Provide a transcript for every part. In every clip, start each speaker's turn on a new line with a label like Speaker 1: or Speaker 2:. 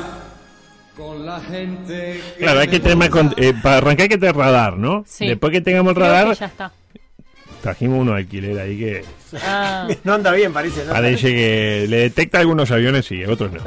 Speaker 1: Claro, hay que tener más con- eh, para arrancar hay que tener radar, ¿no?
Speaker 2: Sí.
Speaker 1: Después que tengamos el
Speaker 2: Creo
Speaker 1: radar,
Speaker 2: que ya está.
Speaker 1: trajimos uno de alquiler ahí que
Speaker 2: Ah,
Speaker 3: No anda bien, parece. ¿no?
Speaker 1: parece que le detecta algunos aviones y otros no.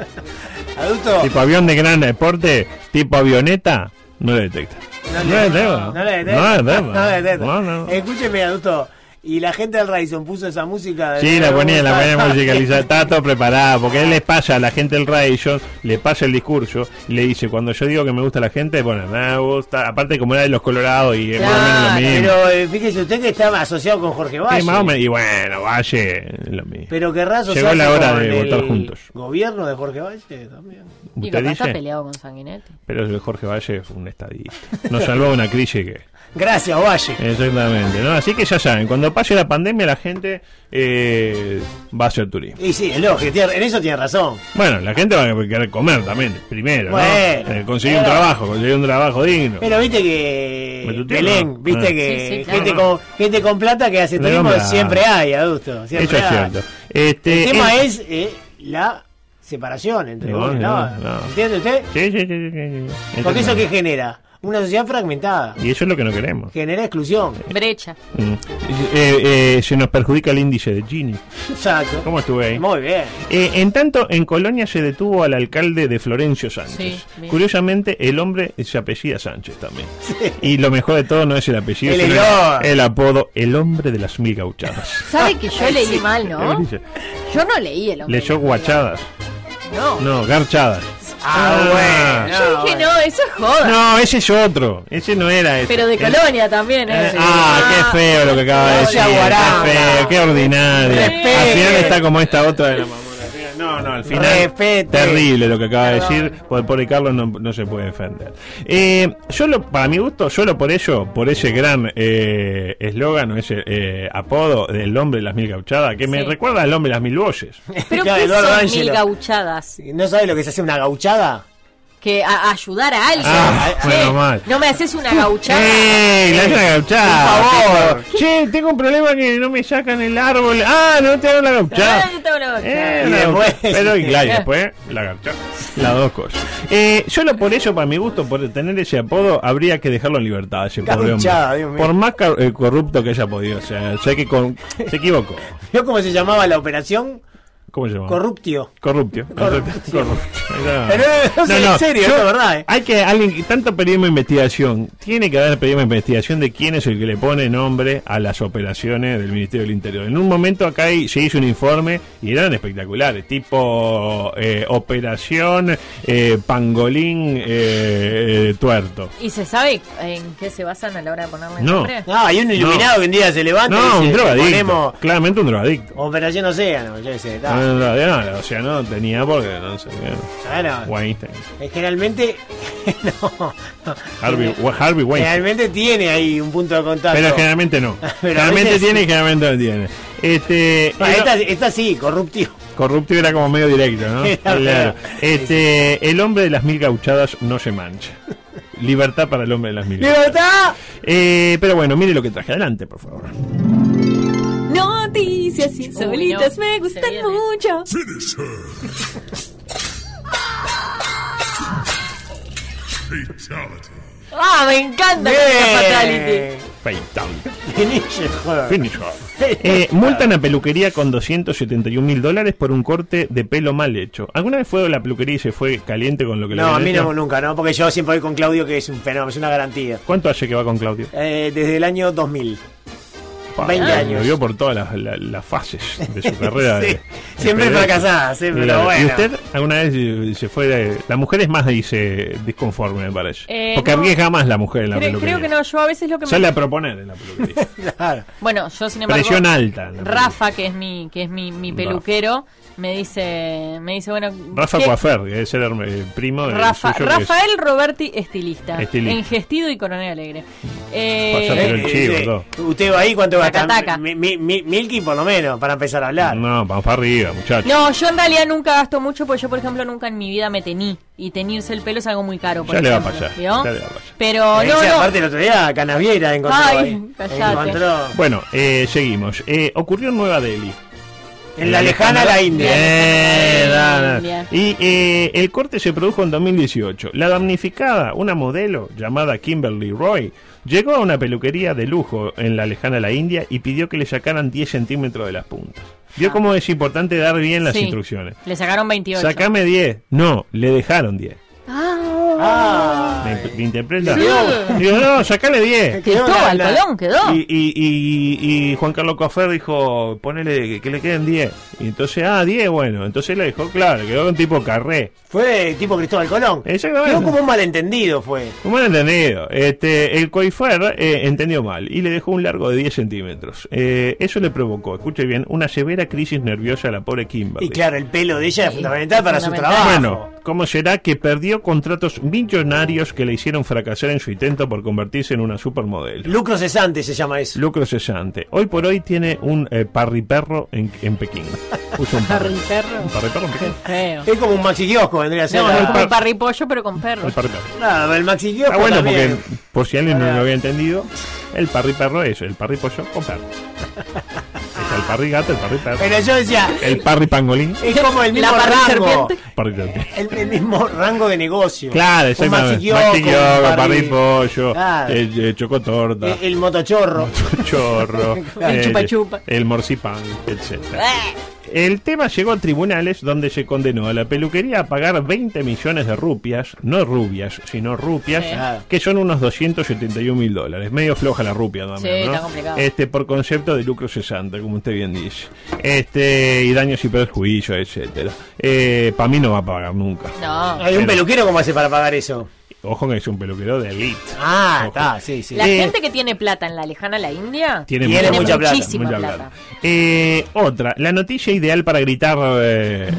Speaker 3: Adulto.
Speaker 1: tipo avión de gran deporte, tipo avioneta, no le detecta.
Speaker 3: No
Speaker 1: No le detecta.
Speaker 3: No le
Speaker 1: No le
Speaker 3: detecta.
Speaker 1: detecta.
Speaker 3: No le detecta.
Speaker 1: No, no.
Speaker 3: Escúcheme, adulto. Y la gente del Radisson puso esa música. de-
Speaker 1: Sí, la ponía, la ponía musicalizada,
Speaker 3: Está
Speaker 1: estaba todo preparada, porque él les pasa a la gente del radio, le pasa el discurso, y le dice, cuando yo digo que me gusta la gente, bueno, me gusta, aparte como era de los colorados y es más o menos
Speaker 3: Claro,
Speaker 1: lo mismo.
Speaker 3: pero eh, fíjese usted que está asociado con Jorge Valle.
Speaker 1: Sí, más o menos, y bueno, Valle, lo mismo.
Speaker 3: Pero querrá asociarse
Speaker 1: Llegó la hora
Speaker 3: con
Speaker 1: de
Speaker 3: el
Speaker 1: votar juntos.
Speaker 3: Gobierno de Jorge Valle también.
Speaker 2: y
Speaker 1: ¿Usted
Speaker 2: capaz está
Speaker 1: dice?
Speaker 2: peleado con Sanguinetti.
Speaker 1: Pero el Jorge Valle fue un estadista. Nos salvó una crisis que...
Speaker 3: Gracias, Valle.
Speaker 1: Exactamente, ¿no? Así que ya saben, cuando pase la pandemia la gente eh, va a hacer turismo.
Speaker 3: Y sí, es lógico, tiene- en eso tiene razón.
Speaker 1: Bueno, la gente va a querer comer también, primero, ¿no?
Speaker 3: Bueno.
Speaker 1: Eh, conseguir un trabajo, conseguir un trabajo digno.
Speaker 3: Pero viste que.
Speaker 1: Me tuteó, ¿no?
Speaker 3: Belén, viste
Speaker 1: Ah.
Speaker 3: que.
Speaker 2: Sí, sí, claro.
Speaker 3: gente, con, gente con plata que hace
Speaker 1: De
Speaker 3: turismo
Speaker 1: hombre, ah.
Speaker 3: siempre hay, adulto.
Speaker 1: Eso
Speaker 3: Siempre
Speaker 1: es
Speaker 3: hay.
Speaker 1: cierto. Este,
Speaker 3: El tema
Speaker 1: eh,
Speaker 3: es eh, la separación entre
Speaker 1: No,
Speaker 3: uno y
Speaker 1: no,
Speaker 3: la
Speaker 1: no. Este
Speaker 3: otra. ¿Entiende usted?
Speaker 1: Sí, sí, sí, sí, sí, sí.
Speaker 3: Porque eso
Speaker 1: Exactamente.
Speaker 3: que genera una sociedad fragmentada,
Speaker 1: Y eso es lo que no queremos.
Speaker 3: genera exclusión.
Speaker 2: Brecha.
Speaker 1: Mm. Eh, eh, se nos perjudica el índice de Gini.
Speaker 3: Exacto.
Speaker 1: ¿Cómo estuve ahí?
Speaker 3: Muy bien.
Speaker 1: Eh, en tanto, en Colonia se detuvo al alcalde de Florencio Sánchez.
Speaker 2: Sí, bien.
Speaker 1: Curiosamente, el hombre se apellida Sánchez también. Y lo mejor de todo no es el apellido,
Speaker 3: El
Speaker 1: sino
Speaker 3: honor.
Speaker 1: el apodo, el hombre de las mil gauchadas.
Speaker 2: ¿Sabe que yo leí mal, no?
Speaker 1: ¿Qué me dice?
Speaker 2: Yo no leí el hombre.
Speaker 1: Leyó guachadas.
Speaker 2: No.
Speaker 1: No, garchadas.
Speaker 3: Ah, bueno.
Speaker 2: Yo dije, no, eso es joda.
Speaker 1: No, ese es otro. Ese no era ese.
Speaker 2: Pero de
Speaker 1: El-
Speaker 2: Colonia también, ¿eh?
Speaker 1: Eh, ah, qué feo lo que acaba de
Speaker 3: No
Speaker 1: decir.
Speaker 3: sea guaramba.
Speaker 1: Qué feo, qué ordinario.
Speaker 3: Respete.
Speaker 1: Al final está como esta otra de la mamona. No, no, al final.
Speaker 3: Respete.
Speaker 1: Terrible lo que acaba de
Speaker 2: Perdón.
Speaker 1: decir. Por, por el Carlos no, no se puede defender. Eh, yo lo- para mi gusto, solo por ello, por ese gran eh, eslogan o ese eh, apodo del hombre de las mil gauchadas, que me
Speaker 2: Sí.
Speaker 1: recuerda al hombre de las mil voces.
Speaker 2: Pero
Speaker 3: Claro,
Speaker 2: ¿qué
Speaker 3: Eduardo
Speaker 2: son
Speaker 3: Ángelo.
Speaker 2: mil gauchadas?
Speaker 3: ¿No sabe lo que se hace una gauchada?
Speaker 2: Que a- ayudar a alguien.
Speaker 1: Ah,
Speaker 2: Che,
Speaker 1: menos mal. Eh.
Speaker 2: No me haces una gauchada.
Speaker 1: ¡Ey! ¡La hacen la gauchada!
Speaker 3: Por favor.
Speaker 1: Che, tengo un problema que no me sacan el árbol. ¡Ah, no te hago la gauchada!
Speaker 2: Ah, yo tengo una gauchada.
Speaker 1: Eh,
Speaker 3: Y
Speaker 1: la- Eh.
Speaker 3: después-
Speaker 1: pero y claro, y después la garcha. Las dos cosas. Eh, solo por eso, para mi gusto, por tener ese apodo, habría que dejarlo en libertad. a Ese pobre hombre.
Speaker 3: Gauchada, Dios mío.
Speaker 1: Por más ca- eh, corrupto que haya podido ser, sé que con- se equivocó.
Speaker 3: ¿Vio cómo se llamaba la operación?
Speaker 1: ¿Cómo se llama?
Speaker 3: Corruptio.
Speaker 1: Corruptio.
Speaker 3: Corruptio.
Speaker 1: Corruptio. Era-
Speaker 3: Pero, no, en serio,
Speaker 1: yo-
Speaker 3: eso es verdad, eh.
Speaker 1: Hay que alguien, tanto periodismo de investigación, tiene que haber periodismo de investigación de quién es el que le pone nombre a las operaciones del Ministerio del Interior. En un momento acá hay- se hizo un informe y eran espectaculares, tipo eh, operación eh, pangolín eh, eh, tuerto.
Speaker 2: ¿Y se sabe en qué se basan a la hora de ponerle
Speaker 1: No.
Speaker 2: nombre?
Speaker 3: No, Ah, hay un iluminado
Speaker 1: No.
Speaker 3: que un día se levanta y
Speaker 1: No,
Speaker 3: dice,
Speaker 1: un
Speaker 3: "Le
Speaker 1: drogadicto.
Speaker 3: ponemos
Speaker 1: Claramente un drogadicto.
Speaker 3: Operación Océano, yo qué sé,
Speaker 1: No,
Speaker 3: ta.
Speaker 1: un drogadicto, no, o sea, no tenía porque no sé.
Speaker 3: Claro.
Speaker 1: Weinstein.
Speaker 3: Eh, Generalmente. no, no.
Speaker 1: Harvey, Harvey Weinstein.
Speaker 3: Generalmente tiene ahí un punto de contacto.
Speaker 1: Pero generalmente no.
Speaker 3: Pero a
Speaker 1: generalmente
Speaker 3: veces
Speaker 1: tiene,
Speaker 3: sí.
Speaker 1: generalmente no tiene. Este,
Speaker 3: Ah,
Speaker 1: y no-
Speaker 3: esta, esta sí, corruptivo.
Speaker 1: Corrupto era como medio directo, ¿no?
Speaker 3: Era
Speaker 1: Claro.
Speaker 3: verdad.
Speaker 1: Este, el hombre de las mil gauchadas no se mancha. Libertad para el hombre de las mil gauchadas.
Speaker 3: ¡Libertad!
Speaker 1: Eh, pero bueno, mire lo que traje. Adelante, por favor.
Speaker 4: Noticias
Speaker 2: insólitas no. me gustan Se viene.
Speaker 4: mucho.
Speaker 2: ¡Ah, me encanta que sea fatality!
Speaker 3: Bien.
Speaker 1: Fatality.
Speaker 3: Finish it, joder.
Speaker 1: Finish her. Eh, multan a peluquería con 271 mil dólares por un corte de pelo mal hecho. ¿Alguna vez fue a la peluquería y se fue caliente con lo que le
Speaker 3: No, a
Speaker 1: habían
Speaker 3: mí
Speaker 1: hecho?
Speaker 3: no, nunca, ¿no? Porque yo siempre voy con Claudio, que es un fenómeno, es una garantía.
Speaker 1: ¿Cuánto hace que va con Claudio?
Speaker 3: Eh, desde el año 2000.
Speaker 1: Pa,
Speaker 3: 20
Speaker 1: Lo
Speaker 3: años.
Speaker 1: vio por todas las, las- las fases de su carrera.
Speaker 3: Sí.
Speaker 1: de- de
Speaker 3: Siempre
Speaker 1: periodista.
Speaker 3: fracasada, siempre, pero
Speaker 1: ¿Y
Speaker 3: bueno.
Speaker 1: usted alguna vez eh, se fue? de- la mujer es más, dice, disconforme, me parece.
Speaker 2: Eh,
Speaker 1: Porque
Speaker 2: no.
Speaker 1: arriesga más la mujer en la
Speaker 2: Creo,
Speaker 1: peluquería.
Speaker 2: creo que no, yo a veces lo que
Speaker 1: Sale
Speaker 2: me...
Speaker 1: a proponer en la peluquería.
Speaker 3: Claro.
Speaker 2: Bueno, yo sin embargo...
Speaker 1: Presión alta. en la
Speaker 2: Rafa, que es mi, que es mi, mi
Speaker 1: Rafa.
Speaker 2: peluquero, me dice, me dice, bueno,
Speaker 1: peluquería. Rafa
Speaker 2: ¿qué-
Speaker 1: Coafer, que es el herma- el primo de
Speaker 2: Rafa-
Speaker 1: suyo, que es-
Speaker 2: Rafael Roberti, estilista,
Speaker 1: Estilista.
Speaker 2: en gestido y coronel alegre.
Speaker 1: Pasa, pero el
Speaker 2: Eh,
Speaker 1: chivo,
Speaker 3: dice,
Speaker 1: todo.
Speaker 3: usted va ahí, ¿cuánto
Speaker 2: Taca,
Speaker 3: gasta?
Speaker 2: taca.
Speaker 3: Mi- mi- mi- Milky, por lo menos, para empezar a hablar.
Speaker 1: No, vamos para arriba, muchachos.
Speaker 2: no, yo en realidad nunca gasto mucho, porque yo, por ejemplo, nunca en mi vida me tení. Y teñirse el pelo es algo muy caro. Por
Speaker 1: Ya le va a
Speaker 2: ejemplo,
Speaker 1: pasar,
Speaker 2: ¿vio?
Speaker 1: ya le va a pasar.
Speaker 2: Pero
Speaker 3: Eh,
Speaker 2: no,
Speaker 3: sí,
Speaker 2: no.
Speaker 3: Aparte, el otro día, Canaviera encontró.
Speaker 2: Ay,
Speaker 3: ahí.
Speaker 2: callate.
Speaker 3: Encontró.
Speaker 1: Bueno, eh, seguimos. Eh, ocurrió en Nueva Delhi.
Speaker 3: En la lejana la India.
Speaker 1: Eh, da, da.
Speaker 2: India.
Speaker 1: Y eh, el corte se produjo en 2018. La damnificada, una modelo llamada Kimberly Roy, llegó a una peluquería de lujo en la lejana la India y pidió que le sacaran 10 centímetros de las puntas. Vio cómo es importante dar bien las
Speaker 2: Sí.
Speaker 1: instrucciones.
Speaker 2: Le sacaron 28.
Speaker 1: Sacame 10. No, le dejaron 10.
Speaker 3: Ah.
Speaker 1: ¿Me, me interpreta? Digo, no, sacale 10.
Speaker 2: Quedó
Speaker 3: la-
Speaker 2: al
Speaker 3: la-
Speaker 2: colón, quedó.
Speaker 1: Y, y, y, y Juan Carlos Cofer dijo, ponele que, que le queden 10. Y entonces, ah, 10, bueno. Entonces le dejó claro, quedó con tipo carré.
Speaker 3: Fue tipo Cristóbal
Speaker 1: Eh,
Speaker 3: Colón.
Speaker 1: Exactamente.
Speaker 3: Quedó como un malentendido, fue.
Speaker 1: Un mal entendido. Este, el coifer eh, entendió mal y le dejó un largo de 10 centímetros. Eh, eso le provocó, escuche bien, una severa crisis nerviosa a la pobre Kimberly.
Speaker 3: Y claro, el pelo de ella es fundamental para su
Speaker 2: fundamental.
Speaker 3: trabajo.
Speaker 1: Bueno, ¿cómo será que perdió contratos millonarios que le hicieron fracasar en su intento por convertirse en una supermodelo?
Speaker 3: Lucro cesante se llama eso.
Speaker 1: Lucro cesante. Hoy por hoy tiene un eh, parriperro en, en Pekín. Usa un parri-
Speaker 2: Parry perro.
Speaker 1: un parriperro en Pekín.
Speaker 2: Feo.
Speaker 3: Es como un maxi kiosco, vendría a ser.
Speaker 2: No,
Speaker 3: la-
Speaker 2: es como
Speaker 1: par-
Speaker 2: un parripollo, pero con perro.
Speaker 1: El parriperro.
Speaker 3: Nada, el maxi kiosco.
Speaker 1: Está bueno
Speaker 3: también.
Speaker 1: porque, por si alguien no lo había entendido, el parriperro es el parripollo con perro. Está el parrigato, el parriperro.
Speaker 3: Pero yo decía,
Speaker 1: El parry pangolín.
Speaker 3: es como el
Speaker 2: La
Speaker 3: mismo
Speaker 2: parra
Speaker 3: rango.
Speaker 2: serpiente.
Speaker 1: Parry serpiente.
Speaker 3: El, el mismo rango de negocio. Un
Speaker 1: Claro,
Speaker 3: maxi
Speaker 1: exactamente.
Speaker 3: kiosco,
Speaker 1: Maxi
Speaker 3: un
Speaker 1: yoga,
Speaker 3: parri-
Speaker 1: parry pollo,
Speaker 3: Claro. Eh,
Speaker 1: el, el chocotorta,
Speaker 3: El, el motochorro.
Speaker 1: chorro,
Speaker 2: El chupa chupa. Ah.
Speaker 1: el morcipán, etc. El tema llegó a tribunales donde se condenó a la peluquería a pagar 20 millones de rupias, no rubias, sino rupias,
Speaker 3: Sí.
Speaker 1: que son unos 271 mil dólares. Medio floja la rupia también,
Speaker 2: Sí,
Speaker 1: ¿no?
Speaker 2: está complicado.
Speaker 1: Este, por concepto de lucro cesante, como usted bien dice. Este, y daños y perjuicios, etcétera. Eh, para mí no va a pagar nunca.
Speaker 2: No.
Speaker 3: Hay un
Speaker 1: Pero-
Speaker 3: peluquero, ¿cómo hace para pagar eso?
Speaker 1: Ojo que es un peluquero de elite.
Speaker 3: Ah,
Speaker 1: Ojo.
Speaker 3: está, sí, sí.
Speaker 2: La
Speaker 1: Eh,
Speaker 2: gente que tiene plata en la lejana la India
Speaker 1: Tiene,
Speaker 3: Tiene mucha plata,
Speaker 2: muchísima
Speaker 1: mucha
Speaker 2: plata.
Speaker 1: plata. Eh, otra, la noticia ideal para gritar. eh,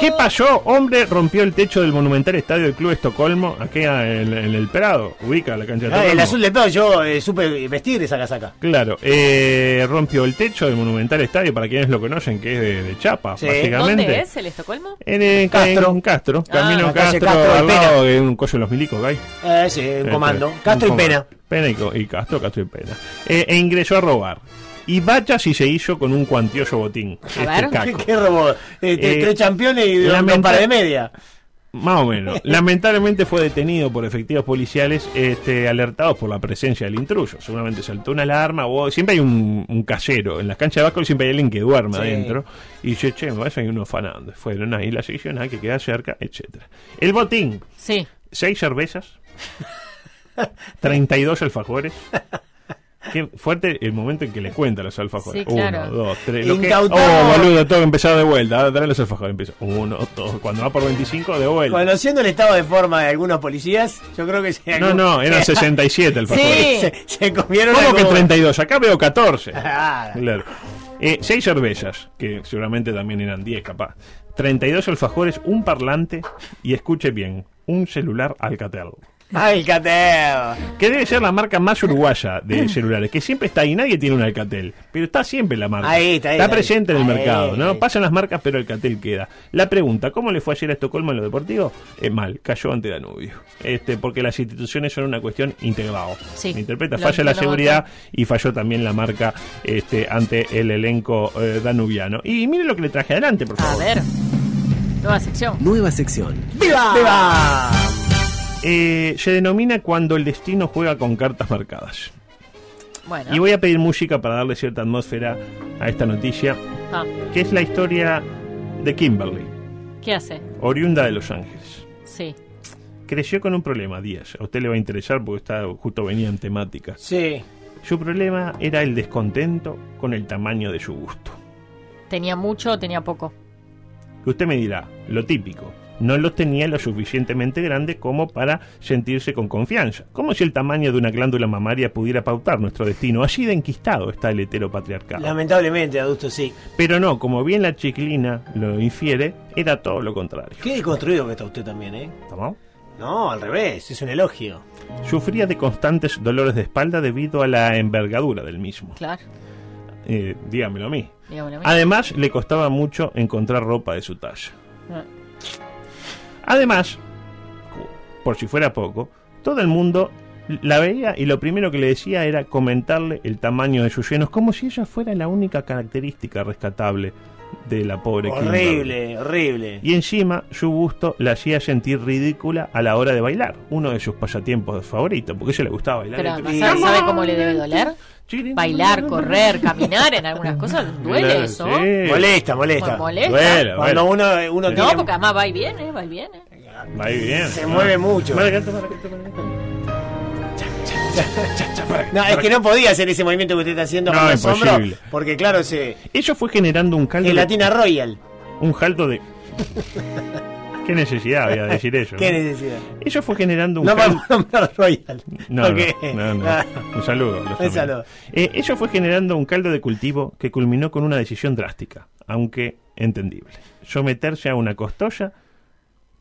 Speaker 1: ¿Qué pasó? Hombre rompió el techo del monumental estadio del Club Estocolmo, aquí en, en el Prado, ubica la cancha de
Speaker 3: Ah, el
Speaker 1: Estocolmo.
Speaker 3: azul de todo, yo eh, supe vestir esa casaca.
Speaker 1: Claro, eh, rompió el techo del monumental estadio, para quienes lo conocen, que es de, de Chapa,
Speaker 3: Sí.
Speaker 1: básicamente.
Speaker 2: ¿Dónde es el Estocolmo?
Speaker 1: En, eh,
Speaker 3: Castro.
Speaker 1: en Castro,
Speaker 2: Ah.
Speaker 1: Camino
Speaker 3: La calle
Speaker 1: Castro,
Speaker 3: Castro de
Speaker 1: al lado de un coche de los milicos, ¿gay?
Speaker 3: Eh, sí, un comando.
Speaker 1: Entre-
Speaker 3: Castro
Speaker 1: Este, un
Speaker 3: y Pena.
Speaker 1: comando. Pena y, co- y Castro, Castro y Pena. Eh, e ingresó a robar. Y vaya si se hizo con un cuantioso botín.
Speaker 2: ver.
Speaker 1: Este caco.
Speaker 3: ¿Qué robot? Este,
Speaker 1: Eh,
Speaker 3: tres campeones y un
Speaker 1: lamenta-
Speaker 3: par de media.
Speaker 1: Más o menos. Lamentablemente fue detenido por efectivos policiales este, alertados por la presencia del intruso. Seguramente saltó una alarma. O, siempre hay un, un casero. En las canchas de básquetbol siempre hay alguien que duerme
Speaker 3: Sí.
Speaker 1: adentro. Y dice, che, me parece que hay uno afanando. Fueron ahí las seccional que queda cerca, etcétera El botín.
Speaker 2: Sí.
Speaker 1: Seis cervezas. 32 alfajores. Qué fuerte el momento en que le cuenta los alfajores.
Speaker 2: Sí, claro.
Speaker 1: Uno, dos, tres. Lo que-
Speaker 3: Incautamos.
Speaker 1: oh, boludo, tengo que empezar de vuelta. Ahora trae los alfajores. Empieza. Uno, dos. Cuando va por 25, de vuelta.
Speaker 3: Conociendo el estado de forma de algunos policías, yo creo que se,
Speaker 1: No, no, eran 67 alfajores.
Speaker 2: Sí.
Speaker 3: se, se comieron
Speaker 1: ¿Cómo que
Speaker 3: algo.
Speaker 1: 32? Acá veo 14.
Speaker 3: Claro.
Speaker 1: Claro. Eh, seis cervezas, que seguramente también eran 10 capaz. 32 alfajores, un parlante y escuche bien, un celular Alcatel.
Speaker 3: Ay, cateo.
Speaker 1: Que debe ser la marca más uruguaya
Speaker 3: Mm.
Speaker 1: de celulares, que siempre está ahí, nadie tiene un Alcatel, pero está siempre la marca.
Speaker 3: Ahí está, ahí está.
Speaker 1: presente en el
Speaker 3: Ahí,
Speaker 1: mercado, ¿no?
Speaker 3: ahí.
Speaker 1: Pasan las marcas, pero Alcatel queda. La pregunta, ¿cómo le fue ayer a Estocolmo en lo deportivo? Eh, mal, cayó ante Danubio. Este, porque las instituciones son una cuestión integrado.
Speaker 2: Sí.
Speaker 1: Me interpreta,
Speaker 2: Lo
Speaker 1: falla la
Speaker 2: entiendo
Speaker 1: seguridad y falló también la marca este, ante el elenco eh, danubiano. Y mire lo que le traje adelante, por
Speaker 2: A
Speaker 1: favor.
Speaker 2: ver. Nueva sección.
Speaker 5: Nueva sección.
Speaker 3: ¡Viva! ¡Viva!
Speaker 1: Eh, se denomina cuando el destino juega con cartas marcadas.
Speaker 2: Bueno.
Speaker 1: Y voy a pedir música para darle cierta atmósfera a esta noticia,
Speaker 2: Ah,
Speaker 1: que es la historia de Kimberly,
Speaker 2: ¿Qué hace?
Speaker 1: oriunda de Los Ángeles.
Speaker 2: Sí.
Speaker 1: Creció con un problema, Díaz. A usted le va a interesar porque está justo venía en temáticas.
Speaker 3: Sí.
Speaker 1: Su problema era el descontento con el tamaño de su gusto.
Speaker 2: ¿Tenía mucho o tenía poco?
Speaker 1: Que usted me dirá, lo típico, no los tenía lo suficientemente grande como para sentirse con confianza. Como si el tamaño de una glándula mamaria pudiera pautar nuestro destino. Así de enquistado está el heteropatriarcado.
Speaker 3: Lamentablemente, adusto, sí.
Speaker 1: Pero no, como bien la chiquilina lo infiere, era todo lo contrario.
Speaker 3: Qué deconstruido que está usted también, ¿eh?
Speaker 1: ¿Tomó?
Speaker 3: No, al revés, es un elogio.
Speaker 1: Sufría de constantes dolores de espalda debido a la envergadura del mismo.
Speaker 2: Claro.
Speaker 1: Eh, dígamelo a mí.
Speaker 2: Dígamelo a mí.
Speaker 1: Además, le costaba mucho encontrar ropa de su talla.
Speaker 2: Ah,
Speaker 1: Además, por si fuera poco, todo el mundo la veía y lo primero que le decía era comentarle el tamaño de sus llenos, como si ella fuera la única característica rescatable de la pobre Kimberly.
Speaker 3: Horrible, horrible.
Speaker 1: Y encima su gusto la hacía sentir ridícula a la hora de bailar, uno de sus pasatiempos favoritos, porque a ella le gustaba bailar.
Speaker 2: Pero
Speaker 1: Entonces,
Speaker 2: ¿no sabe, sabe cómo le debe doler?
Speaker 1: "Chirin".
Speaker 2: Bailar, correr, caminar en algunas cosas. Duele
Speaker 1: Claro,
Speaker 2: eso.
Speaker 1: sí.
Speaker 3: Molesta, molesta.
Speaker 2: Bueno, molesta.
Speaker 1: eh, Bueno,
Speaker 3: Cuando
Speaker 1: bueno,
Speaker 3: uno, uno
Speaker 2: No,
Speaker 3: tiene-
Speaker 2: porque además va y viene, va y viene.
Speaker 1: va bien.
Speaker 3: se mueve mucho.
Speaker 1: Para acá, para acá, para acá.
Speaker 3: No, es que no podía hacer ese movimiento que usted está haciendo
Speaker 1: No,
Speaker 3: con los
Speaker 1: imposible.
Speaker 3: hombros. Porque claro, se.
Speaker 1: Ello fue generando un caldo, de,
Speaker 3: Gelatina Royal.
Speaker 1: un caldo de. ¿Qué necesidad había de decir eso?
Speaker 3: ¿Qué
Speaker 1: no?
Speaker 3: necesidad?
Speaker 1: Ello fue generando un
Speaker 3: No
Speaker 1: caldo.
Speaker 3: vamos a nombrar Royal.
Speaker 1: No,
Speaker 3: Ok.
Speaker 1: no, no, no.
Speaker 3: Ah,
Speaker 1: Un saludo. los amigos.
Speaker 3: saludo.
Speaker 1: Eh, ello fue generando un caldo de cultivo que culminó con una decisión drástica, aunque entendible. Someterse a una costosa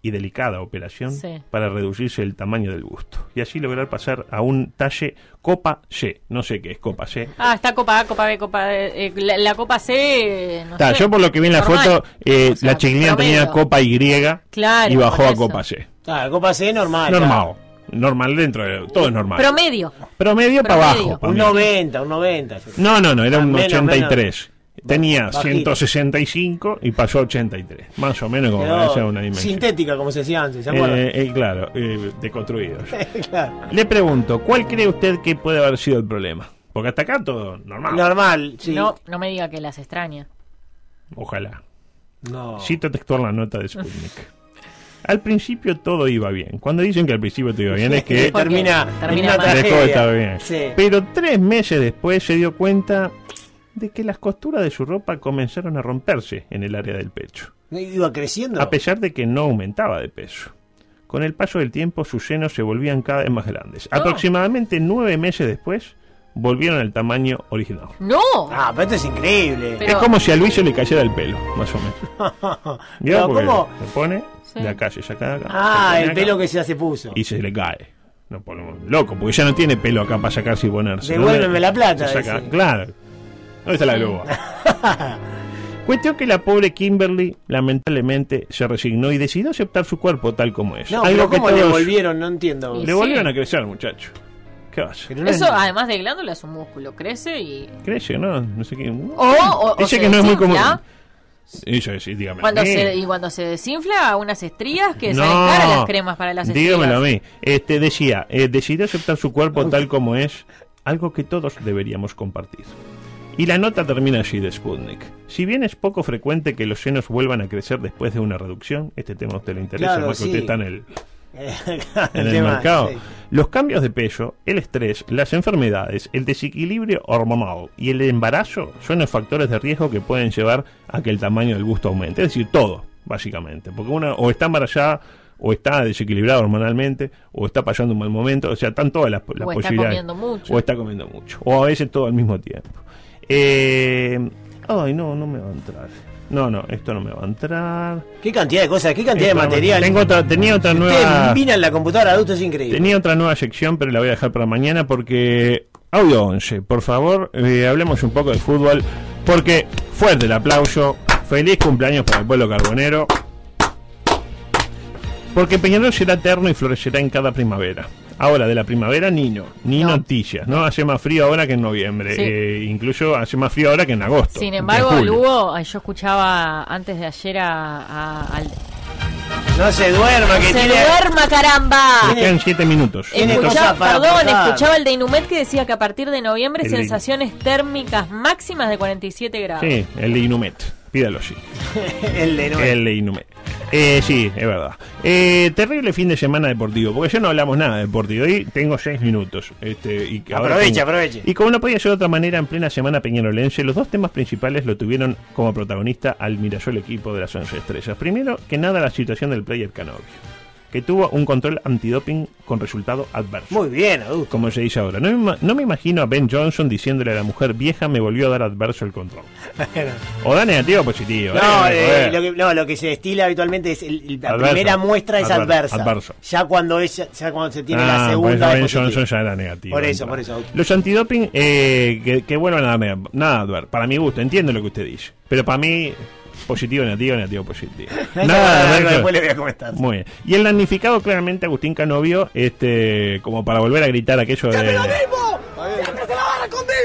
Speaker 1: y delicada operación
Speaker 2: Sí.
Speaker 1: para reducirse el tamaño del gusto. Y así lograr pasar a un talle copa C. No sé qué es copa C.
Speaker 2: Ah, está Copa A, Copa B, Copa D. Eh, la, la Copa C. eh, No
Speaker 1: Ta,
Speaker 2: sé.
Speaker 1: yo por lo que vi en la
Speaker 2: Normal.
Speaker 1: foto, eh,
Speaker 2: O sea,
Speaker 1: la chiquilina
Speaker 2: promedio.
Speaker 1: tenía copa Y
Speaker 2: Claro,
Speaker 1: y bajó
Speaker 2: por
Speaker 1: a
Speaker 2: eso.
Speaker 1: copa C.
Speaker 3: Ah, copa C normal.
Speaker 1: Normal. Normal dentro, de, todo es normal.
Speaker 2: Promedio.
Speaker 1: promedio, para
Speaker 2: promedio.
Speaker 1: abajo.
Speaker 3: claro.
Speaker 1: para
Speaker 3: Un
Speaker 1: mí.
Speaker 3: 90, un 90.
Speaker 1: No, no, no, era un
Speaker 3: Ah, Menos,
Speaker 1: 83. Tenía
Speaker 3: Bajito.
Speaker 1: 165 y pasó a 83. Más o menos como
Speaker 3: Quedó
Speaker 1: para hacer una dimensión.
Speaker 3: sintética, como se decía antes, ¿se acuerdan?
Speaker 1: Eh, eh, claro, eh, deconstruidos.
Speaker 3: Claro.
Speaker 1: Le pregunto, ¿cuál cree usted que puede haber sido el problema? Porque hasta acá todo normal.
Speaker 3: Normal, sí.
Speaker 2: No, no me diga que las extraña.
Speaker 1: Ojalá.
Speaker 3: No.
Speaker 1: Cito textual la nota de Sputnik. Al principio todo iba bien. Cuando dicen que al principio todo iba bien es que
Speaker 2: ¿Por qué?
Speaker 3: termina,
Speaker 2: Termina
Speaker 3: en una
Speaker 2: mal.
Speaker 1: dejó de
Speaker 3: tragedia.
Speaker 1: estar bien.
Speaker 3: Sí.
Speaker 1: Pero tres meses después se dio cuenta de que las costuras de su ropa comenzaron a romperse en el área del pecho.
Speaker 3: No, Iba creciendo.
Speaker 1: a pesar de que no aumentaba de peso. Con el paso del tiempo sus senos se volvían cada vez más grandes.
Speaker 2: No.
Speaker 1: Aproximadamente nueve meses después volvieron al tamaño original.
Speaker 2: ¡No!
Speaker 3: Ah, pero esto es increíble.
Speaker 2: Pero-
Speaker 1: es como si a Luis se le cayera el pelo, más o menos. ¿Vio?
Speaker 3: No,
Speaker 1: Porque
Speaker 3: ¿cómo?
Speaker 1: Se pone
Speaker 2: Sí.
Speaker 1: de acá, se saca de acá.
Speaker 3: Ah,
Speaker 1: se pone
Speaker 3: el
Speaker 1: acá
Speaker 3: pelo que ya se puso.
Speaker 1: Y se le cae. No, por lo- loco, porque ya no tiene pelo acá para sacarse y ponerse.
Speaker 3: Devuélveme
Speaker 1: ¿Dónde-
Speaker 3: la plata,
Speaker 1: se saca-
Speaker 3: dice.
Speaker 1: Claro. ¿Dónde está la globa? Cuestión que la pobre Kimberly lamentablemente se resignó y decidió aceptar su cuerpo tal como es.
Speaker 3: No, pero
Speaker 1: Algo que
Speaker 3: ¿cómo le
Speaker 1: todos-
Speaker 3: volvieron? No entiendo.
Speaker 2: Y-
Speaker 1: Le
Speaker 2: Sí.
Speaker 1: volvieron a crecer, muchacho. ¿Qué vas?
Speaker 3: Pero no es-
Speaker 2: Eso, además de glándula, es un músculo. Crece y.
Speaker 1: Crece, ¿no? No sé qué.
Speaker 2: O, o- o
Speaker 1: Dice
Speaker 2: se
Speaker 1: que no es muy común.
Speaker 2: desinfla,
Speaker 1: Y yo, sí, dígamelo
Speaker 2: Cuando
Speaker 1: a mí.
Speaker 2: se, y cuando se desinfla, unas estrías que
Speaker 1: No,
Speaker 2: salen caras las cremas para las estrías.
Speaker 1: Dígamelo a mí. Este, decía, eh, decidió aceptar su cuerpo tal como es, algo que todos deberíamos compartir. Y la nota termina allí de Sputnik. Si bien es poco frecuente que los senos vuelvan a crecer después de una reducción, este tema a usted le interesa
Speaker 3: Claro,
Speaker 1: más que
Speaker 3: sí.
Speaker 1: usted está en el, en
Speaker 3: en
Speaker 1: el mercado. Los cambios de peso, el estrés, las enfermedades, el desequilibrio hormonal y el embarazo son los factores de riesgo que pueden llevar a que el tamaño del gusto aumente. Es decir, todo, básicamente. Porque una o está embarazada, o está desequilibrada hormonalmente, o está pasando un mal momento. O sea, están todas las, las
Speaker 2: O está
Speaker 1: posibilidades.
Speaker 2: comiendo mucho.
Speaker 1: O está comiendo mucho. O a veces todo al mismo tiempo. Eh, ay, no, no me va a entrar. No, no, esto no me va a entrar.
Speaker 3: Qué cantidad de cosas, qué cantidad de
Speaker 1: Esto no me-
Speaker 3: material.
Speaker 1: Tengo otra, tenía otra
Speaker 3: Ustedes
Speaker 1: nueva.
Speaker 3: miran la computadora adulto, es increíble.
Speaker 1: Tenía otra nueva sección, pero la voy a dejar para mañana porque... Audio 11, por favor, eh, hablemos un poco de fútbol, porque fuerte el aplauso, feliz cumpleaños para el pueblo carbonero, porque Peñarol será eterno y florecerá en cada primavera. Ahora, de la primavera, ni no, ni
Speaker 2: No.
Speaker 1: noticias, ¿no? Hace más frío ahora que en noviembre,
Speaker 2: Sí.
Speaker 1: eh, incluso hace más frío ahora que en agosto.
Speaker 2: Sin
Speaker 1: que en
Speaker 2: embargo,
Speaker 1: julio.
Speaker 2: Lugo, ay, yo escuchaba antes de ayer a, a- al...
Speaker 3: No se duerma, que
Speaker 2: ¡Se
Speaker 3: tiene.
Speaker 2: duerma, caramba!
Speaker 1: Le quedan 7 minutos.
Speaker 3: Tiene
Speaker 1: Entonces,
Speaker 2: Escuchaba,
Speaker 3: cosas para
Speaker 2: perdón,
Speaker 3: aportar.
Speaker 2: escuchaba el de Inumet que decía que a partir de noviembre
Speaker 1: El de-
Speaker 2: sensaciones térmicas máximas de 47 grados.
Speaker 1: sí, el de Inumet, pídalo, sí.
Speaker 3: El de nuevo.
Speaker 1: El Inumet. Eh, sí, es verdad. Eh, terrible fin de semana deportivo, porque ya no hablamos nada de deportivo. Hoy tengo seis minutos. Este, y que ahora
Speaker 3: Aproveche,
Speaker 1: como-
Speaker 3: aproveche.
Speaker 1: Y como no podía ser de otra manera, en plena semana peñarolense, los dos temas principales lo tuvieron como protagonista al Mirasol equipo de las 11 estrellas. Primero que nada, la situación del player Canovio, que tuvo un control antidoping con resultado adverso
Speaker 3: Muy bien, adulto.
Speaker 1: como se dice ahora. No me, ima- no me imagino a Ben Johnson diciéndole a la mujer vieja me volvió a dar adverso el control. o da negativo o positivo.
Speaker 3: No,
Speaker 1: eh,
Speaker 3: eh,
Speaker 1: joder.
Speaker 3: lo que, no, lo que se destila habitualmente es el- el- la
Speaker 1: Adverso.
Speaker 3: primera muestra es adversa.
Speaker 1: Adverso, adverso.
Speaker 3: Ya cuando es, ya cuando se tiene
Speaker 1: Ah,
Speaker 3: la
Speaker 1: por
Speaker 3: segunda.
Speaker 1: eso
Speaker 3: es
Speaker 1: Ben
Speaker 3: positivo.
Speaker 1: Johnson ya era negativo.
Speaker 3: Por eso,
Speaker 1: Entra.
Speaker 3: por eso.
Speaker 1: Los antidoping eh, que, que vuelvan a dar nada, Adver, para mi gusto, entiendo lo que usted dice. Pero para mí, positivo, negativo, negativo, positivo. nada,
Speaker 3: Algo
Speaker 1: Adver,
Speaker 3: después le voy a comentar.
Speaker 1: Muy bien. Y el damnificado claramente Agustín Canovio, este, como para volver a gritar aquello de.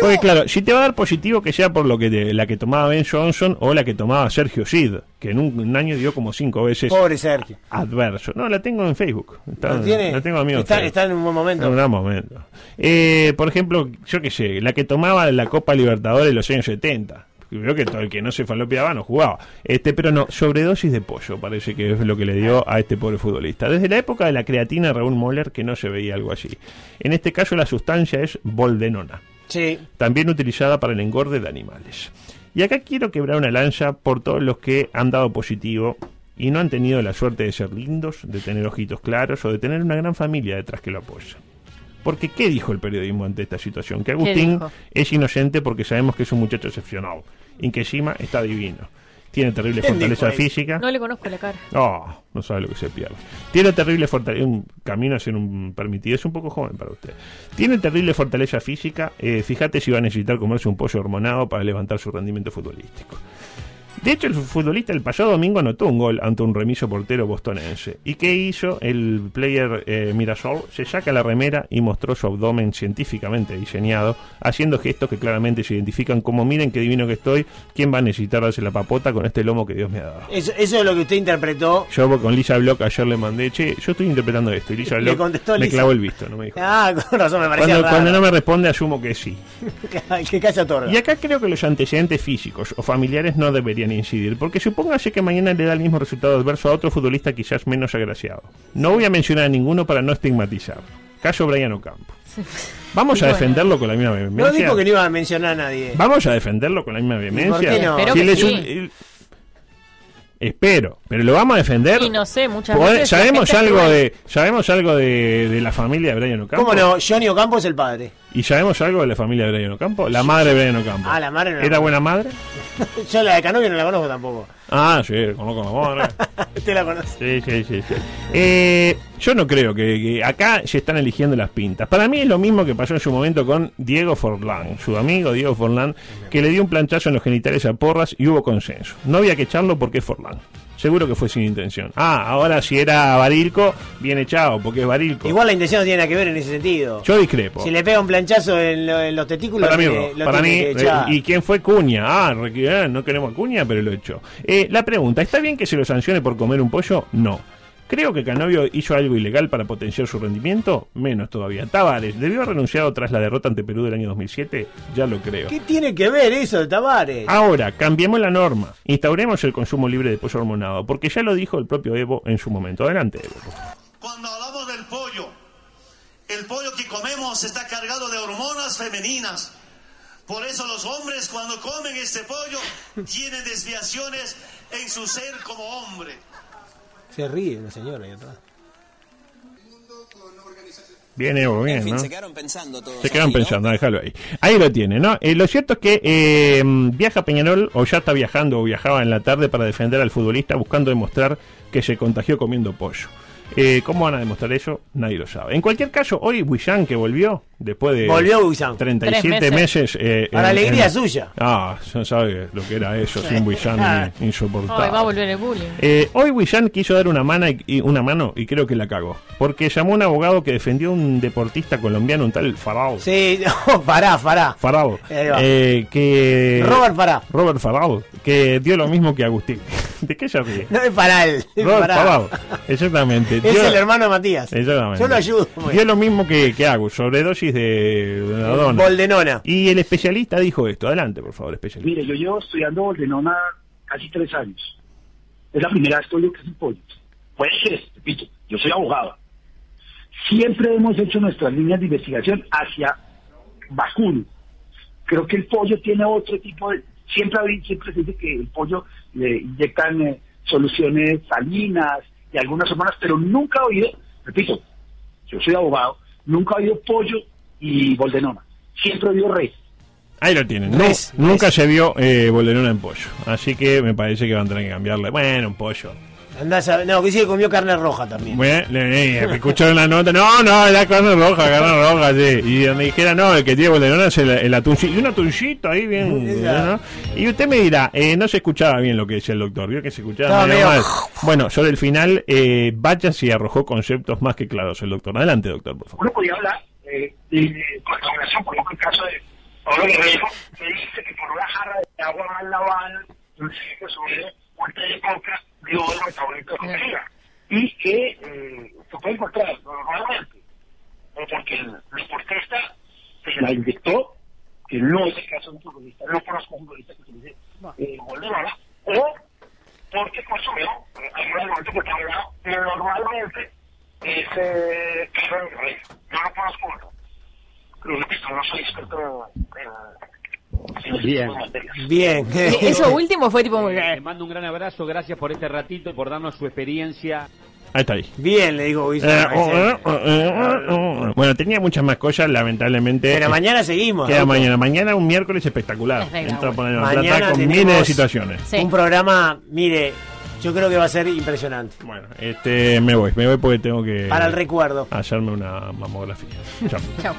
Speaker 1: Porque claro, si te va a dar positivo que sea por lo que te- la que tomaba Ben Johnson o la que tomaba Sergio Sid, que en un, un año dio como cinco veces
Speaker 3: Pobre Sergio.
Speaker 1: adverso. No, la tengo en Facebook. Está-
Speaker 3: ¿Lo tiene?
Speaker 1: La Ah, tengo eh. amigo.
Speaker 3: Está, está en un buen
Speaker 1: En
Speaker 3: momento.
Speaker 1: un gran momento. Eh, por ejemplo, yo qué sé, la que tomaba la Copa Libertadores en los años 70. Creo que todo el que no se falopeaba no jugaba. Este, pero no, sobredosis de pollo parece que es lo que le dio a este pobre futbolista. Desde la época de la creatina Raúl Moller que no se veía algo así. En este caso la sustancia es boldenona
Speaker 3: Sí.
Speaker 1: también utilizada para el engorde de animales. Y acá quiero quebrar una lanza por todos los que han dado positivo y no han tenido la suerte de ser lindos, de tener ojitos claros o de tener una gran familia detrás que lo apoya. Porque, ¿qué dijo el periodismo ante esta situación? Que Agustín
Speaker 2: dijo?
Speaker 1: es inocente porque sabemos que es un muchacho excepcional y que encima está divino. Tiene terrible
Speaker 3: ¿Quién dijo
Speaker 1: fortaleza
Speaker 3: eso?
Speaker 1: física.
Speaker 2: No le conozco la cara.
Speaker 1: Oh, no sabe lo que se pierde. Tiene terrible fortaleza. Un camino hacia un permitido. Es un poco joven para usted. Tiene terrible fortaleza física. eh, fíjate si va a necesitar comerse un pollo hormonado para levantar su rendimiento futbolístico. De hecho, el futbolista el pasado domingo anotó un gol ante un remiso portero bostonense. ¿Y qué hizo? El player eh, Mirasol se saca la remera y mostró su abdomen científicamente diseñado, haciendo gestos que claramente se identifican como miren qué divino que estoy, ¿quién va a necesitar darse la papota con este lomo que Dios me ha dado?
Speaker 3: Eso, eso es lo que usted interpretó.
Speaker 1: Yo con Lisa Block ayer le mandé, che, yo estoy interpretando esto. Y Lisa
Speaker 3: Le
Speaker 1: Block
Speaker 3: contestó
Speaker 1: me
Speaker 3: Lisa.
Speaker 1: clavó el visto, no me dijo.
Speaker 3: Ah, con razón me parecía
Speaker 1: Cuando,
Speaker 3: raro.
Speaker 1: cuando no me responde, asumo que sí.
Speaker 3: que calla otorga.
Speaker 1: Y acá creo que los antecedentes físicos o familiares no deberían incidir, porque supóngase que mañana le da el mismo resultado adverso a otro futbolista quizás menos agraciado. No voy a mencionar a ninguno para no estigmatizar. Caso Brian Ocampo. Vamos
Speaker 2: Y
Speaker 1: a
Speaker 2: bueno.
Speaker 1: defenderlo con la misma
Speaker 3: No dijo que
Speaker 1: vehemencia.
Speaker 3: no iba a mencionar a nadie.
Speaker 1: Vamos a defenderlo con la misma
Speaker 3: por qué
Speaker 1: vehemencia.
Speaker 3: no?
Speaker 2: Espero
Speaker 1: Si
Speaker 2: que
Speaker 1: él es
Speaker 2: sí.
Speaker 1: un- él- Espero, pero lo vamos a defender.
Speaker 2: Y no sé, muchas
Speaker 1: Poder-
Speaker 2: veces... la
Speaker 1: sabemos
Speaker 2: gente es
Speaker 1: algo
Speaker 2: cruel.
Speaker 1: de sabemos algo de, de la familia de Brian Ocampo
Speaker 3: ¿Cómo no? Johnny Ocampo es el padre.
Speaker 1: y sabemos algo de la familia de Brian Ocampo la madre de Brian Ocampo
Speaker 3: Ah, la madre no la
Speaker 1: era
Speaker 3: conozco.
Speaker 1: buena madre
Speaker 3: Yo la de Canovio no la conozco tampoco.
Speaker 1: ah sí conozco a la madre
Speaker 3: Usted la conoce.
Speaker 1: sí sí sí, sí. Eh, yo no creo que, que acá se están eligiendo las pintas para mí es lo mismo que pasó en su momento con Diego Forlán su amigo Diego Forlán que le dio un planchazo en los genitales a Porras y hubo consenso no había que echarlo porque es Forlán Seguro que fue sin intención. Ah, ahora si era Barilco, viene chao, porque es Barilco.
Speaker 3: Igual la intención no tiene nada que ver en ese sentido.
Speaker 1: Yo discrepo.
Speaker 3: Si le pega un planchazo en, lo- en los testículos,
Speaker 1: Para mí,
Speaker 3: eh,
Speaker 1: no.
Speaker 3: lo
Speaker 1: para mí.
Speaker 3: tiene que
Speaker 1: eh,
Speaker 3: echar.
Speaker 1: ¿Y quién fue Cuña? Ah, re- eh, no queremos a Cuña, pero lo echó. Eh, la pregunta, ¿está bien que se lo sancione por comer un pollo? No. Creo que Canovio hizo algo ilegal para potenciar su rendimiento, menos todavía. Tavares, ¿debió haber renunciado tras la derrota ante Perú del año 2007? Ya lo creo.
Speaker 3: ¿Qué tiene que ver eso de Tavares?
Speaker 1: Ahora, cambiemos la norma. Instauremos el consumo libre de pollo hormonado, porque ya lo dijo el propio Evo en su momento. Adelante, Evo.
Speaker 4: Cuando hablamos del pollo, el pollo que comemos está cargado de hormonas femeninas. Por eso los hombres cuando comen este pollo tienen desviaciones en su ser como hombre.
Speaker 3: Se ríe una señora ahí atrás.
Speaker 1: Bien, Evo, bien, ¿no?
Speaker 5: quedaron pensando todos.
Speaker 1: Se quedan pensando, déjalo ahí. Ahí lo tiene, ¿no? Eh, lo cierto es que eh, viaja Peñarol, o ya está viajando, o viajaba en la tarde para defender al futbolista buscando demostrar que se contagió comiendo pollo. Eh, ¿Cómo van a demostrar eso? Nadie lo sabe. En cualquier caso, hoy Huillán, que volvió, después de
Speaker 3: Volvió Huillán.
Speaker 1: 37
Speaker 2: Tres
Speaker 1: meses. eh,
Speaker 3: Para alegría suya.
Speaker 1: Ah, ya sabe lo que era eso, sin Huillán eh,
Speaker 2: Ah.
Speaker 1: insoportable.
Speaker 2: Ay, va a volver el bullying.
Speaker 1: Eh, hoy Willian quiso dar una, mana y- y una mano y creo que la cagó. Porque llamó a un abogado que defendió a un deportista colombiano, un tal Farao.
Speaker 3: Sí, no, pará, pará.
Speaker 1: Farao.
Speaker 3: Ahí va.
Speaker 1: eh, que...
Speaker 3: Robert Farah.
Speaker 1: Robert Farao. Que dio lo mismo que Agustín. ¿De qué se ríe?
Speaker 3: No es para él. Es,
Speaker 1: Robert
Speaker 3: para-
Speaker 1: Farao. Exactamente.
Speaker 3: es
Speaker 1: Dio-
Speaker 3: el hermano de Matías.
Speaker 1: Exactamente.
Speaker 3: Yo lo ayudo.
Speaker 1: Dio lo mismo que, que Agus. Sobredosis de... de la dona.
Speaker 3: Boldenona.
Speaker 1: Y el especialista dijo esto. Adelante, por favor, especialista.
Speaker 6: Mire, yo llevo estudiando Boldenona casi tres años. Es la primera vez que oigo que es un pollo. Pues es, repito, yo soy abogado. Siempre hemos hecho nuestras líneas de investigación hacia vacuno. Creo que el pollo tiene otro tipo de... Siempre, hay- siempre se dice que el pollo le inyectan eh, soluciones salinas y algunas hormonas, pero nunca he oído, repito, yo soy abogado, nunca he oído pollo y boldenona. Siempre he oído res.
Speaker 1: Ahí lo tienen. Nu-
Speaker 3: Res,
Speaker 1: nunca
Speaker 3: res.
Speaker 1: se vio eh, Boldenona en pollo. Así que me parece que van a tener que cambiarle. Bueno, un pollo.
Speaker 3: Andás a- No, que sí que comió carne roja también.
Speaker 1: Bueno, eh, eh, escucharon la nota. No, no, la carne roja, carne roja, sí. Y me dijera, no, el que tiene Boldenona es el, el atuncito. Y un atuncito ahí bien.
Speaker 3: Esa.
Speaker 1: ¿no? Y usted me dirá, eh, no se escuchaba bien lo que decía el doctor. Vio que se escuchaba
Speaker 3: No,
Speaker 1: medio
Speaker 3: medio-
Speaker 1: mal. Bueno, sobre el final, eh, vaya si arrojó conceptos más que claros el doctor. Adelante, doctor, por favor.
Speaker 6: uno podía hablar eh, de, de contaminación, por ejemplo, el caso de Pablo Guerrero, que dice que por una jarra de agua mal lavada, un chico sobre muerte de coca, dio el metabolitos de cocaína. Y que eh, se puede encontrar normalmente, eh, porque el deportista se la inyectó, que no es el caso de un futbolista, no conozco un futbolista que utilice eh, bolívar, o porque consumió eh, algún alimento que está hablado, pero normalmente es eh, carne de res. Yo no conozco uno. Pero repito, no soy experto en- en. en
Speaker 3: Bien.
Speaker 6: en materias.
Speaker 3: Bien.
Speaker 2: Eso último fue tipo.
Speaker 7: Te Eh, mando un gran abrazo, gracias por este ratito y por darnos su experiencia.
Speaker 1: Ahí está ahí.
Speaker 3: Bien, le digo Huillán.
Speaker 1: Eh,
Speaker 3: parece.
Speaker 1: oh, eh, eh, oh, eh. Bueno, tenía muchas más cosas, lamentablemente.
Speaker 3: Pero
Speaker 1: eh,
Speaker 3: mañana seguimos.
Speaker 1: Queda
Speaker 3: ¿no?
Speaker 1: mañana. Mañana un miércoles espectacular.
Speaker 2: Venga,
Speaker 1: Entra a
Speaker 2: bueno.
Speaker 1: poner la
Speaker 3: Mañana
Speaker 1: plata con
Speaker 3: tenemos-
Speaker 1: miles de situaciones.
Speaker 2: Sí.
Speaker 3: Un programa, mire, yo creo que va a ser impresionante.
Speaker 1: Bueno, este, me voy. Me voy porque tengo que
Speaker 3: Para el recuerdo.
Speaker 1: hacerme una mamografía. Chao.
Speaker 2: Chao.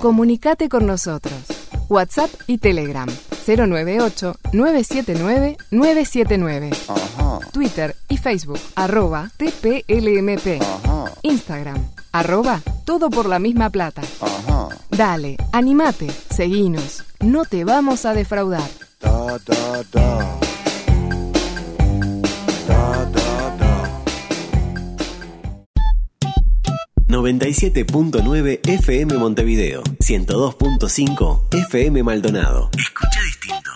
Speaker 8: Comunicate con nosotros. WhatsApp y Telegram 098-979-979. Twitter y Facebook arroba TPLMP. Instagram arroba todo por la misma plata. Dale, animate, seguinos. No te vamos a defraudar.
Speaker 5: ¿no? 97.9 FM Montevideo. 102.5 FM Maldonado. Escucha distinto.